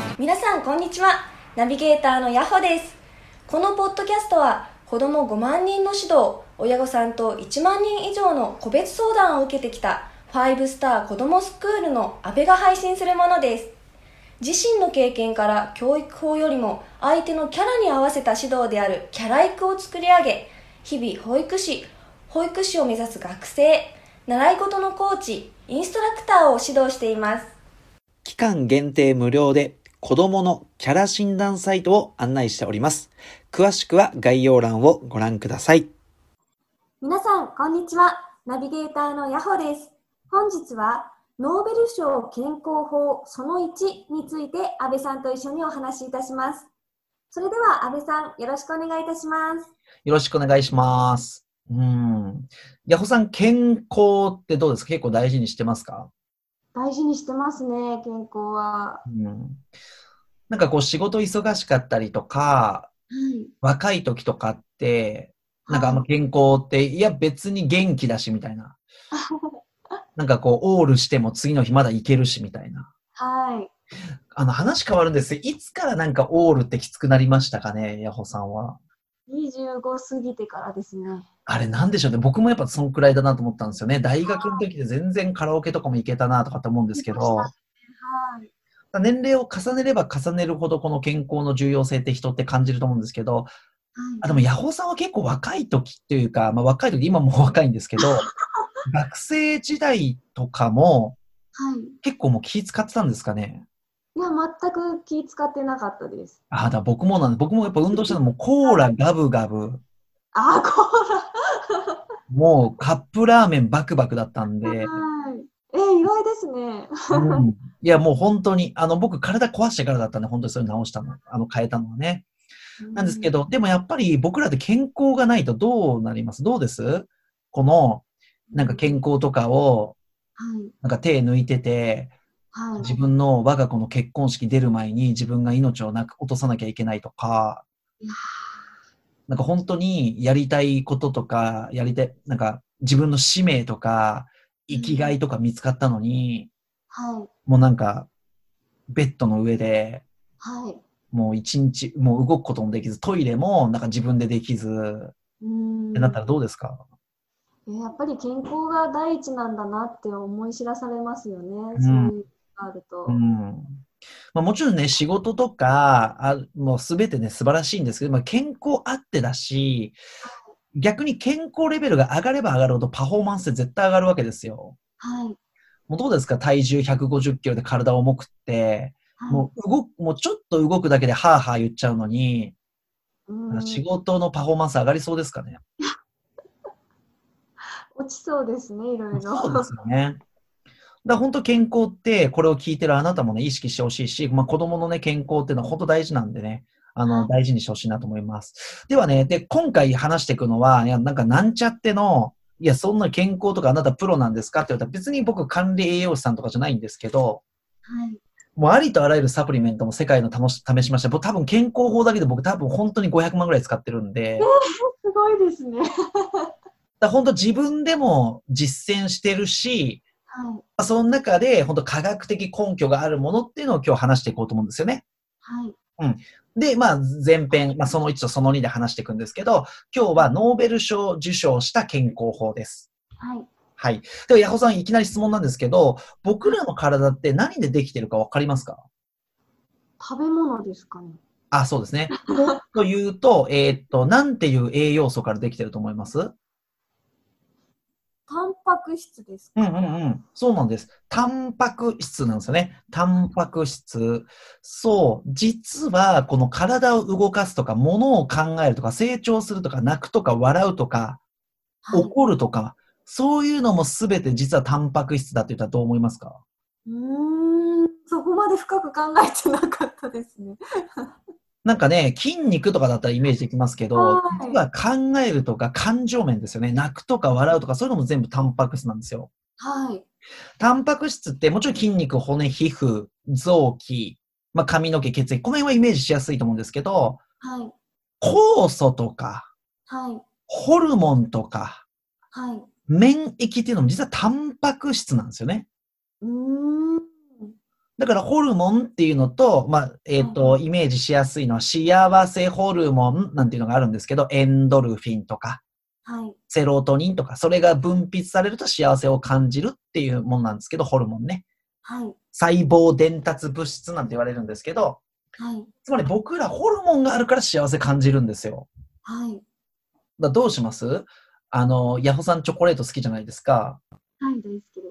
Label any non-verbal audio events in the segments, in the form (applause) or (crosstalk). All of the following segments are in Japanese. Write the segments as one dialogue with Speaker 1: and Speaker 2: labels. Speaker 1: こんにちはナビゲーターのヤホですこのポッドキャストは子ども5万人の指導親御さんと1万人以上の個別相談を受けてきた5スター子どもスクールの阿部が配信するものです自身の経験から教育法よりも相手のキャラに合わせた指導であるキャラ育を作り上げ日々保育士保育士を目指す学生習い事のコーチインストラクターを指導しています
Speaker 2: 期間限定無料で子供のキャラ診断サイトを案内しております。詳しくは概要欄をご覧ください。
Speaker 1: 皆さん、こんにちは。ナビゲーターのヤホです。本日は、ノーベル賞健康法その1について、安倍さんと一緒にお話しいたします。それでは、安倍さん、よろしくお願いいたします。
Speaker 2: よろしくお願いします。うん。ヤホさん、健康ってどうですか結構大事にしてますか
Speaker 1: 大事にしてますね、健康は。は
Speaker 2: うん。なんかこう仕事忙しかったりとか、
Speaker 1: い。
Speaker 2: 若い時とかって、なんかあんま健康って、いや別に元気だしみたいな。なんかこうオールしても次の日まだいけるしみたいな。
Speaker 1: はい。
Speaker 2: あの話変わるんですけどいつからなんかオールってきつくなりましたかね、ヤホさんは。
Speaker 1: 25過ぎてからですね。
Speaker 2: あれなんでしょうね。僕もやっぱそのくらいだなと思ったんですよね。大学の時で全然カラオケとかも行けたなとかって思うんですけど
Speaker 1: 行、はい。
Speaker 2: 年齢を重ねれば重ねるほどこの健康の重要性って人って感じると思うんですけど、あ
Speaker 1: はい、
Speaker 2: でもヤホさんは結構若い時っていうか、まあ若い時、今も若いんですけど、学生時代とかも
Speaker 1: はい。
Speaker 2: 結構もう気使ってたんですかね。
Speaker 1: いや、全く気使ってなかったです。
Speaker 2: ああ、だから僕もなんで、僕もやっぱ運動したのもコーラガブガブ。
Speaker 1: あー、こ
Speaker 2: もうカップラーメンバクバクだったんで、
Speaker 1: ら。はい。えー、意外ですね。
Speaker 2: うんいやもう本当に、あの僕体壊してからだったんで、本当にそれ直したの、あの変えたのはね。なんですけど、でもやっぱり僕らで健康がないとどうなりますどうですこの、なんか健康とかを、
Speaker 1: はい。
Speaker 2: なんか手抜いてて、
Speaker 1: はい。
Speaker 2: 自分の我が子の結婚式出る前に自分が命をなく落とさなきゃいけないとか、
Speaker 1: いや
Speaker 2: なんか本当にやりたいこととか、やりたい、なんか自分の使命とか、生きがいとか見つかったのに、
Speaker 1: はい。
Speaker 2: もうなんか、ベッドの上で、
Speaker 1: はい。
Speaker 2: もう一日、もう動くこともできず、トイレもなんか自分でできず、っ
Speaker 1: うーん
Speaker 2: てなったらどうですか
Speaker 1: えやっぱり健康が第一なんだなって思い知らされますよね、
Speaker 2: うん
Speaker 1: そういうのがあると。
Speaker 2: うん。まあもちろんね、仕事とか、あもうすべてね、素晴らしいんですけど、まあ健康あってだし、逆に健康レベルが上がれば上がるほどパフォーマンスって絶対上がるわけですよ。
Speaker 1: はい。
Speaker 2: もうどうですか体重150キロで体重くって、
Speaker 1: はい、
Speaker 2: もう動く、もうちょっと動くだけでハーハー言っちゃうのに、
Speaker 1: うん、
Speaker 2: 仕
Speaker 1: 落
Speaker 2: 事のパフォーマンス上がりそうですかね。
Speaker 1: ちそうですね、いろいろ。
Speaker 2: そうですよね。だから本当健康って、これを聞いてるあなたもね、意識してほしいし、まあ、子供のね、健康っていうのは本当大事なんでね、あ
Speaker 1: は
Speaker 2: の、
Speaker 1: い
Speaker 2: 大事にしてほしいなと思います。ではね、で、今回話していくのは、いや、なんかなんちゃっての、いや、そんな健康とかあなたプロなんですかって言われたら、別に僕管理栄養士さんとかじゃないんですけど、
Speaker 1: (laughs) はい。
Speaker 2: もうありとあらゆるサプリメントも世界の試し試しました。僕多分健康法だけで僕多分本当に500万ぐらい使ってるんで、
Speaker 1: すごいですね。はい。
Speaker 2: だから本当自分でも実践してるし、まあその中で、本当科学的根拠があるものっていうのを今日話していこうと思うんですよね。
Speaker 1: はい。
Speaker 2: で、まあ、前編、まあ、その1とその2で話していくんですけど、今日はノーベル賞を受賞した健康法です。
Speaker 1: はい。
Speaker 2: はい。では、ヤホさん、いきなり質問なんですけど、僕らの体って何でできてるかわかりますか
Speaker 1: 食べ物ですかね。
Speaker 2: あ、そうですね。というと、えーっと、なんていう栄養素からできてると思います
Speaker 1: タンパク質です
Speaker 2: うんうんうん。そうなんです。タンパク質なんですよね。タンパク質。そう。実は、この体を動かすとか、ものを考えるとか、成長するとか、泣くとか、笑うとか、
Speaker 1: か。はい。
Speaker 2: 怒るとか、そういうのもすべて実はタンパク質だって言ったらどう思いますか
Speaker 1: うーん、そこまで深く考えてなかったですね。
Speaker 2: なんかね、筋肉とかだったらイメージできますけど
Speaker 1: は、い
Speaker 2: 実は考えるとか感情面ですよね。泣くとか笑うとか、そういうのも全部タンパク質なんですよ。
Speaker 1: はい。
Speaker 2: タンパク質ってもちろん筋肉、骨、皮膚、臓器、まあ、髪の毛、血液、この辺はイメージしやすいと思うんですけど、
Speaker 1: はい。
Speaker 2: 酵素とか、
Speaker 1: はい。
Speaker 2: ホルモンとか、
Speaker 1: はい。
Speaker 2: 免疫っていうのも実はタンパク質なんですよね。
Speaker 1: うーん。
Speaker 2: だからホルモンっていうのと、まあ、えっ、と、イメージしやすいのは幸せホルモンなんていうのがあるんですけど、エンドルフィンとか、
Speaker 1: はい。
Speaker 2: セロトニンとか、それが分泌されると幸せを感じるっていうもんなんですけど、ホルモンね。
Speaker 1: はい。
Speaker 2: 細胞伝達物質なんて言われるんですけど、
Speaker 1: はい。
Speaker 2: つまり僕らホルモンがあるから幸せ感じるんですよ。
Speaker 1: はい。
Speaker 2: だからどうしますあの、ヤホさんチョコレート好きじゃないですか。
Speaker 1: はい、大好きです。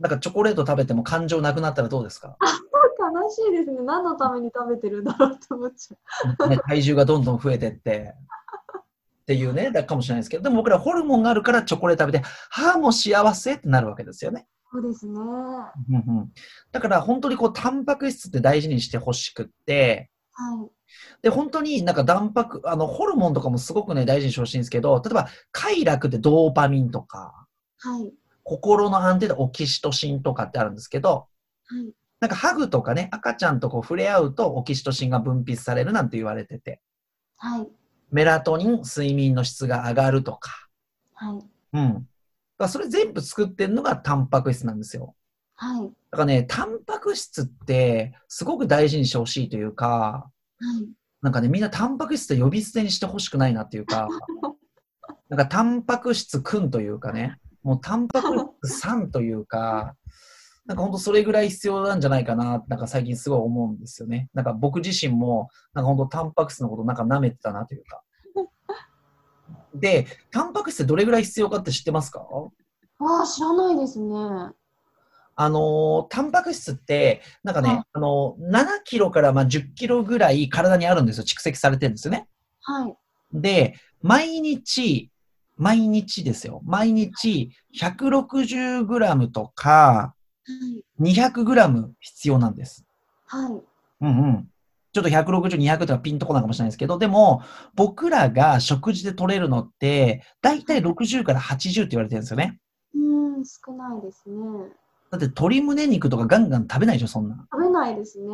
Speaker 2: だからチョコレート食べても感情なくなったらどうですか、
Speaker 1: 悲しいですね。何のために食べてるんだろうって思っちゃ
Speaker 2: ね、体重がどんどん増えてって。っていうね、だかもしれないですけど、でも僕らホルモンがあるからチョコレート食べて、はあ、もう幸せってなるわけですよね。
Speaker 1: う。そうですね。
Speaker 2: うんうん、だから本当にこう、タンパク質って大事にしてほしくって、
Speaker 1: はい。
Speaker 2: で、本当になんか断白、あの、ホルモンとかもすごくね、大事にしてほしいんですけど、例えば、快楽ってドーパミンとか、
Speaker 1: はい。
Speaker 2: 心の安定でオキシトシンとかってあるんですけど、
Speaker 1: はい。
Speaker 2: なんかハグとかね、赤ちゃんとこう触れ合うとオキシトシンが分泌されるなんて言われてて、
Speaker 1: はい。
Speaker 2: メラトニン、睡眠の質が上がるとか、
Speaker 1: はい。
Speaker 2: うん。だからそれ全部作ってるのがタンパク質なんですよ。
Speaker 1: はい。
Speaker 2: だからね、タンパク質ってすごく大事にしてほしいというか、
Speaker 1: はい。
Speaker 2: なんかね、みんなタンパク質って呼び捨てにしてほしくないなってい
Speaker 1: (laughs)
Speaker 2: うか、なんかタンパク質くんというかね、もうタンパク質さんというか、なんかほんとそれぐらい必要なんじゃないかな、なんか最近すごい思うんですよね。なんか僕自身も、なんかほんとタンパク質のことなんか舐めてたなというか。で、タンパク質ってどれぐらい必要かって知ってますか
Speaker 1: わあ、知らないですね。は
Speaker 2: あのータンパク質って、なんかね、
Speaker 1: はい
Speaker 2: あのー7キロからまあ10キロぐらい体にあるんですよ。蓄積されてるんですよね。
Speaker 1: い。
Speaker 2: で、毎日、毎日ですよ。毎日 160g とか
Speaker 1: はい。
Speaker 2: 200g 必要なんです。
Speaker 1: はい。
Speaker 2: うんうん。ちょっと160、200とかピンとこないかもしれないですけど、でも、僕らが食事で取れるのって、だいたい60から80って言われてるんですよね。
Speaker 1: うーん、少ないですね。
Speaker 2: だって鶏胸肉とかガンガン食べないでしょ、そんなん。っ
Speaker 1: 食べないですね。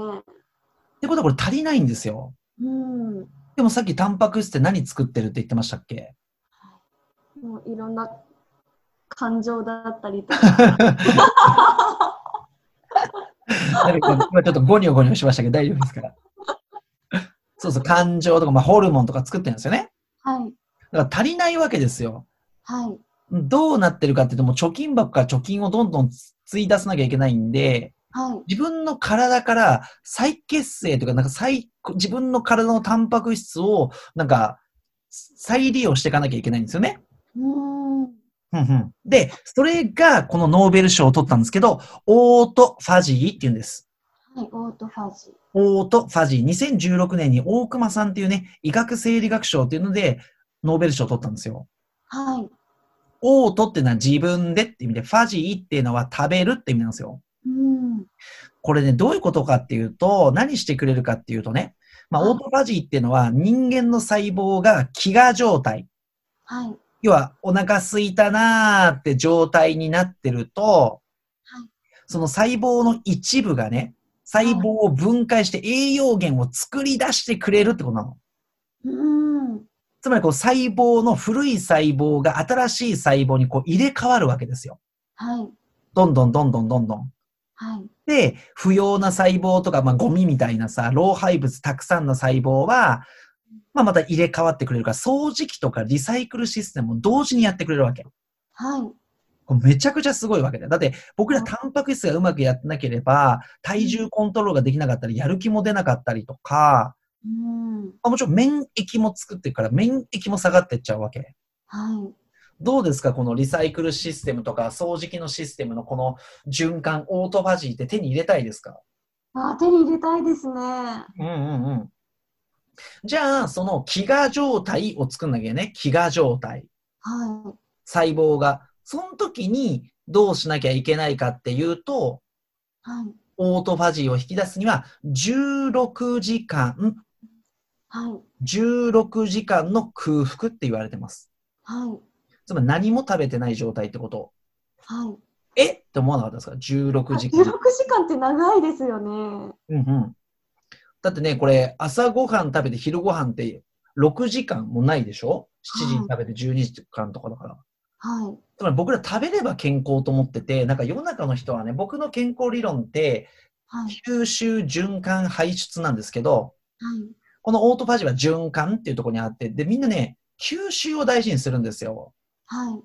Speaker 2: てことはこれ足りないんですよ。
Speaker 1: うん。は
Speaker 2: でもさっきタンパク質って何作ってるって言ってましたっけ
Speaker 1: いもういろんな感情だったりとか。
Speaker 2: なんか今ちょっとゴニョゴニョしましたけど大丈夫ですから。そうそう、感情とか、まあ、ホルモンとか作ってるんですよね。
Speaker 1: はい。
Speaker 2: だから足りないわけですよ。
Speaker 1: はい。
Speaker 2: どうなってるかっていうと、もう貯金箱から貯金をどんどんつい出さなきゃいけないんで、
Speaker 1: はい。
Speaker 2: 自分の体から再結成というか、なんか再、自分の体のタンパク質を、なんか、再利用していかなきゃいけないんですよね。
Speaker 1: うーん。
Speaker 2: うんうん、で、それがこのノーベル賞を取ったんですけど、オートファジーって言うんです。
Speaker 1: はい。オートファジー。
Speaker 2: オートファジー、2016年に大熊さんっていうね、医学生理学賞っていうので、ノーベル賞を取ったんですよ。
Speaker 1: はい。
Speaker 2: オートっていうのは自分でって意味で、ファジーっていうのは食べるって意味なんですよ。
Speaker 1: うん。
Speaker 2: これね、どういうことかっていうと、何してくれるかっていうとね、まあ、
Speaker 1: はい
Speaker 2: オートファジーっていうのは人間の細胞が飢餓状態。
Speaker 1: はい。
Speaker 2: 要は、お腹空いたなーって状態になってると
Speaker 1: はい、
Speaker 2: その細胞の一部がね、細胞を分解して栄養源を作り出してくれるってことなの。
Speaker 1: うーん。
Speaker 2: つまりこう細胞の古い細胞が新しい細胞にこう入れ替わるわけですよ。
Speaker 1: はい。
Speaker 2: どんどんどんどんどんどん。
Speaker 1: はい。
Speaker 2: で、不要な細胞とか、まあ、ゴミみたいなさ、老廃物たくさんの細胞は、まあ、また入れ替わってくれるから、掃除機とかリサイクルシステムを同時にやってくれるわけ。
Speaker 1: はい。
Speaker 2: これめちゃくちゃすごいわけだよ。だって、僕らタンパク質がうまくやってなければ、体重コントロールができなかったり、やる気も出なかったりとか、
Speaker 1: うーん。
Speaker 2: まあ、もちろん免疫も作ってるから、免疫も下がってっちゃうわけ。
Speaker 1: はい。
Speaker 2: どうですかこのリサイクルシステムとか掃除機のシステムのこの循環、オートファジーって手に入れたいですか
Speaker 1: あー、手に入れたいですね。は
Speaker 2: うんうんうん。じゃあ、その飢餓状態を作んなきゃね。飢餓状態。
Speaker 1: い。
Speaker 2: 細胞が。その時にどうしなきゃいけないかっていうと、
Speaker 1: はい。
Speaker 2: オートファジーを引き出すには16時間、
Speaker 1: はい。
Speaker 2: 16時間の空腹って言われてます。
Speaker 1: はい。
Speaker 2: つまり何も食べてない状態ってこと。
Speaker 1: はい。
Speaker 2: えって思わなかったですか ?16
Speaker 1: あ
Speaker 2: 時
Speaker 1: 16
Speaker 2: 間。
Speaker 1: 時間って長いですよね。
Speaker 2: うんうん。だってね、これ、朝ごはん食べて昼ごはんって6時間もないでしょ ?7 時に食べて12時間とかだから。
Speaker 1: はい。
Speaker 2: つまり僕ら食べれば健康と思ってて、なんか世の中の人はね、僕の健康理論って、
Speaker 3: はい。
Speaker 2: 吸収循環排出なんですけど、
Speaker 3: はい。
Speaker 2: このオートファジーは循環っていうところにあって、で、みんなね、吸収を大事にするんですよ。
Speaker 3: はい。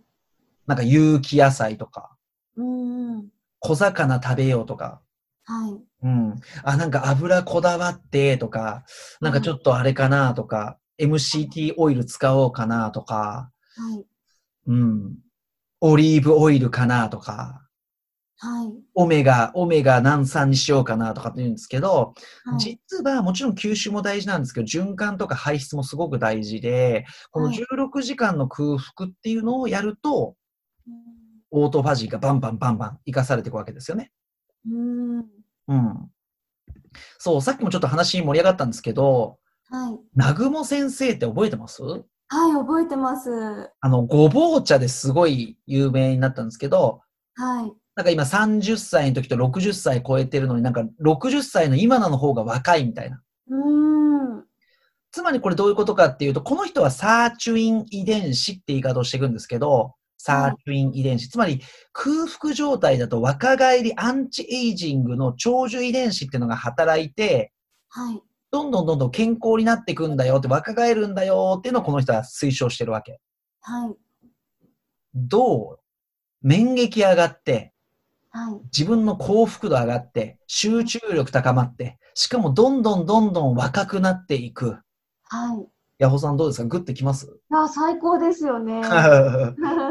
Speaker 2: なんか有機野菜とか、
Speaker 3: うんうん。
Speaker 2: 小魚食べようとか、
Speaker 3: はい。
Speaker 2: うん。あ、なんか油こだわってとか、なんかちょっとあれかなとか、MCT オイル使おうかなとか、
Speaker 3: はい。
Speaker 2: うん。オリーブオイルかなとか、
Speaker 3: はい。
Speaker 2: オメガ、オメガ何酸にしようかなとかって言うんですけど、
Speaker 3: はい。
Speaker 2: 実はもちろん吸収も大事なんですけど、循環とか排出もすごく大事で、この
Speaker 3: はい
Speaker 2: 16時間の空腹っていうのをやると、
Speaker 3: うん
Speaker 2: オートファジーがバンバンバンバン活かされていくわけですよね。
Speaker 3: うん。
Speaker 2: うん。そう、さっきもちょっと話盛り上がったんですけど、
Speaker 3: はい。
Speaker 2: 南雲先生って覚えてます
Speaker 3: はい、覚えてます。は
Speaker 2: あの、ごぼう茶ですごい有名になったんですけど、
Speaker 3: い。
Speaker 2: なんか今30歳の時と60歳超えてるのになんか60歳の今なの方が若いみたいな。
Speaker 3: うん。
Speaker 2: つまりこれどういうことかっていうと、この人はサーチュイン遺伝子って言い方をしていくんですけど、サーチュイン遺伝子。つまり空腹状態だと若返りアンチエイジングの長寿遺伝子っていうのが働いて、
Speaker 3: はい。
Speaker 2: どんどんどんどん健康になっていくんだよって、若返るんだよっていうのをこの人は推奨してるわけ。
Speaker 3: はい。
Speaker 2: どう免疫上がって、
Speaker 3: はい。
Speaker 2: 自分の幸福度上がって、集中力高まって、しかもどんどんどんどん若くなっていく。
Speaker 3: はい。い
Speaker 2: ヤホーさんどうですかグッてきます
Speaker 3: や、最高ですよ (laughs) ね。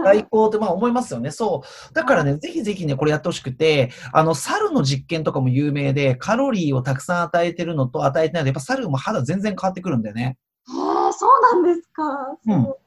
Speaker 2: 最高ってまあ思いますよね。そう。だからね、ぜひぜひね、これやってほしくて、あの、猿の実験とかも有名で、カロリーをたくさん与えてるのと与えてないので、やっぱ猿も肌全然変わってくるんだよね。
Speaker 3: へえ、そうなんですか。すご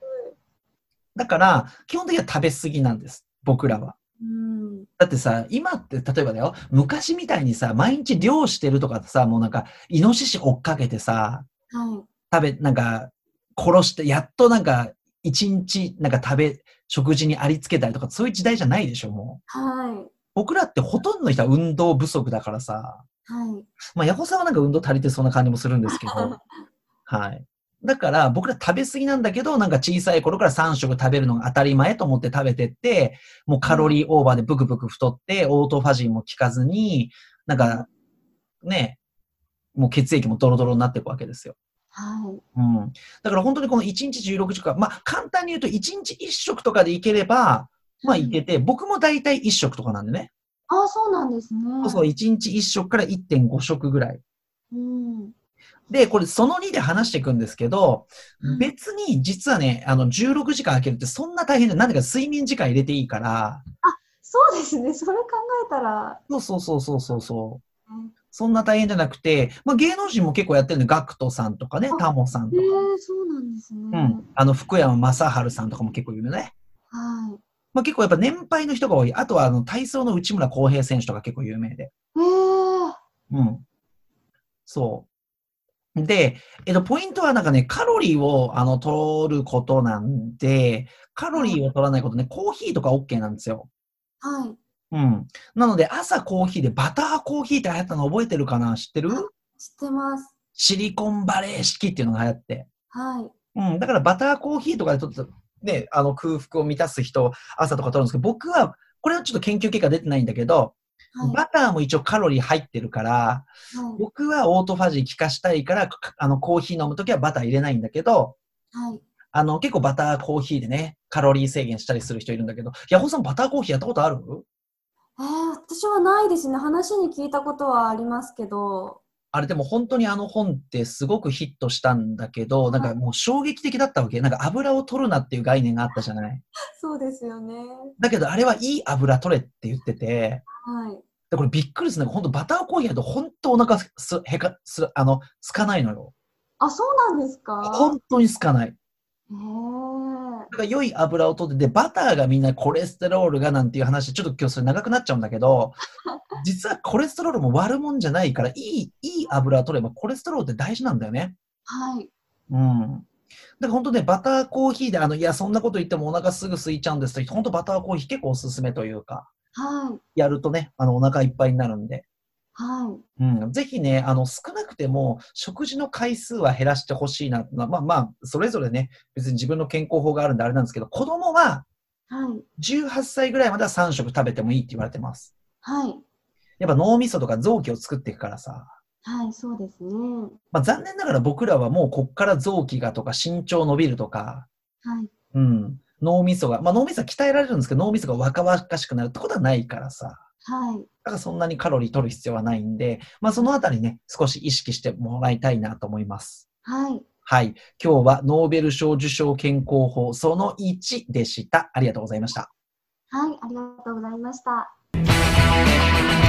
Speaker 2: だから、基本的には食べ過ぎなんです。僕らは。
Speaker 3: いうん。
Speaker 2: だってさ、今って、例えばだよ、昔みたいにさ、毎日漁してるとかさ、もうなんか、イノシシ追っかけてさ、
Speaker 3: はい。
Speaker 2: 食べ、なんか、殺して、やっとなんか、一日、なんか食べ、食事にありつけたりとか、そういう時代じゃないでしょ、もう。
Speaker 3: はい。
Speaker 2: 僕らってほとんどの人は運動不足だからさ、
Speaker 3: はい。
Speaker 2: まあ、ヤホさんはなんか運動足りてそうな感じもするんですけど、はい。だから、僕ら食べ過ぎなんだけど、なんか小さい頃から3食食べるのが当たり前と思って食べてって、もうカロリーオーバーでブクブク太って、オートファジーも効かずに、なんか、ね、もう血液もドロドロになっていくわけですよ。
Speaker 3: はい。
Speaker 2: うん。だから本当にこの1日16時間、まあ簡単に言うと1日1食とかでいければ、まあいけて、僕も大体1食とかなんでね。
Speaker 3: あ、そうなんですね。
Speaker 2: そうそう、1日1食から1.5食ぐらい。
Speaker 3: うん。
Speaker 2: で、これその2で話していくんですけど、
Speaker 3: うん
Speaker 2: 別に実はね、あの、16時間空けるってそんな大変じゃない。なんでか睡眠時間入れていいから、
Speaker 3: そうですね。それ考えたら。
Speaker 2: そうそうそうそうそうそう。
Speaker 3: うん
Speaker 2: そんな大変じゃなくて、まあ芸能人も結構やってるんで、ガクトさんとかね、
Speaker 3: あ
Speaker 2: タモさん
Speaker 3: へ
Speaker 2: とか、
Speaker 3: え、そうなんですね。
Speaker 2: うん、あの、福山雅治さんとかも結構有名ね。
Speaker 3: はい。
Speaker 2: まあ結構やっぱ年配の人が多い。あとはあの、体操の内村航平選手とか結構有名で。
Speaker 3: ええ。
Speaker 2: うん。そう。で、えっと、ポイントはなんかね、カロリーを、あの、取ることなんで、カロリーを取らないことね、コーヒーとか OK なんですよ。
Speaker 3: はい。
Speaker 2: うん。なので、朝コーヒーで、バターコーヒーって流行ったの覚えてるかな知ってる
Speaker 3: 知ってます。
Speaker 2: シリコンバレー式っていうのが流行って。
Speaker 3: はい。
Speaker 2: うん。だから、バターコーヒーとかでちょっと、ね、あの、空腹を満たす人、朝とか取るんですけど、僕は、これはちょっと研究結果出てないんだけど、
Speaker 3: はい。
Speaker 2: バターも一応カロリー入ってるから、
Speaker 3: はい。
Speaker 2: 僕はオートファジー効かしたいから、かあの、コーヒー飲むときはバター入れないんだけど、
Speaker 3: はい。
Speaker 2: あの、結構バターコーヒーでね、カロリー制限したりする人いるんだけど、ヤホーさんバターコーヒーやったことある
Speaker 3: えー、私はないですね。話に聞いたことはありますけど。 (laughs)
Speaker 2: あれでも本当にあの本ってすごくヒットしたんだけど、なんかもう衝撃的だったわけ。なんか油を取るなっていう概念があったじゃない。
Speaker 3: そうですよね。
Speaker 2: だけどあれはいい油取れって言ってて、
Speaker 3: はい。
Speaker 2: でこれびっくりするのが、本当バターコーヒーだと本当お腹す、す、へか、す、あの、すかないのよ。
Speaker 3: あ、そうなんですか。
Speaker 2: 本当にすかない。
Speaker 3: へえ。
Speaker 2: だから良い油を取ってて、バターがみんなコレステロールがなんていう話、ちょっと今日それ長くなっちゃうんだけど、実はコレステロールも悪もんじゃないから、いい、いい油を取ればコレステロールって大事なんだよね。
Speaker 3: はい。
Speaker 2: うん。だから本当ね、バターコーヒーで、あの、いや、そんなこと言ってもお腹すぐ空いちゃうんですと、本当バターコーヒー結構おすすめというか、
Speaker 3: はい。
Speaker 2: やるとね、あの、お腹いっぱいになるんで。
Speaker 3: はい。
Speaker 2: うん、ぜひね、あの、少なくても、食事の回数は減らしてほしいな。まあまあ、それぞれね、別に自分の健康法があるんであれなんですけど、子供は、
Speaker 3: はい。
Speaker 2: 18歳ぐらいまでは3食食べてもいいって言われてます。
Speaker 3: はい。
Speaker 2: やっぱ脳みそとか臓器を作っていくからさ、
Speaker 3: はい、そうですね。
Speaker 2: まあ、残念ながら僕らはもうこっから臓器がとか身長伸びるとか、
Speaker 3: はい。
Speaker 2: うん、脳みそが、まあ、脳みそは鍛えられるんですけど脳みそが若々しくなるってことはないからさ
Speaker 3: はい。
Speaker 2: だからそんなにカロリー取る必要はないんで、まあ、そのあたりね少し意識してもらいたいなと思います。
Speaker 3: はい。
Speaker 2: はい。今日はノーベル賞受賞健康法その1でした。ありがとうございました。
Speaker 3: はい。ありがとうございました。
Speaker 4: 「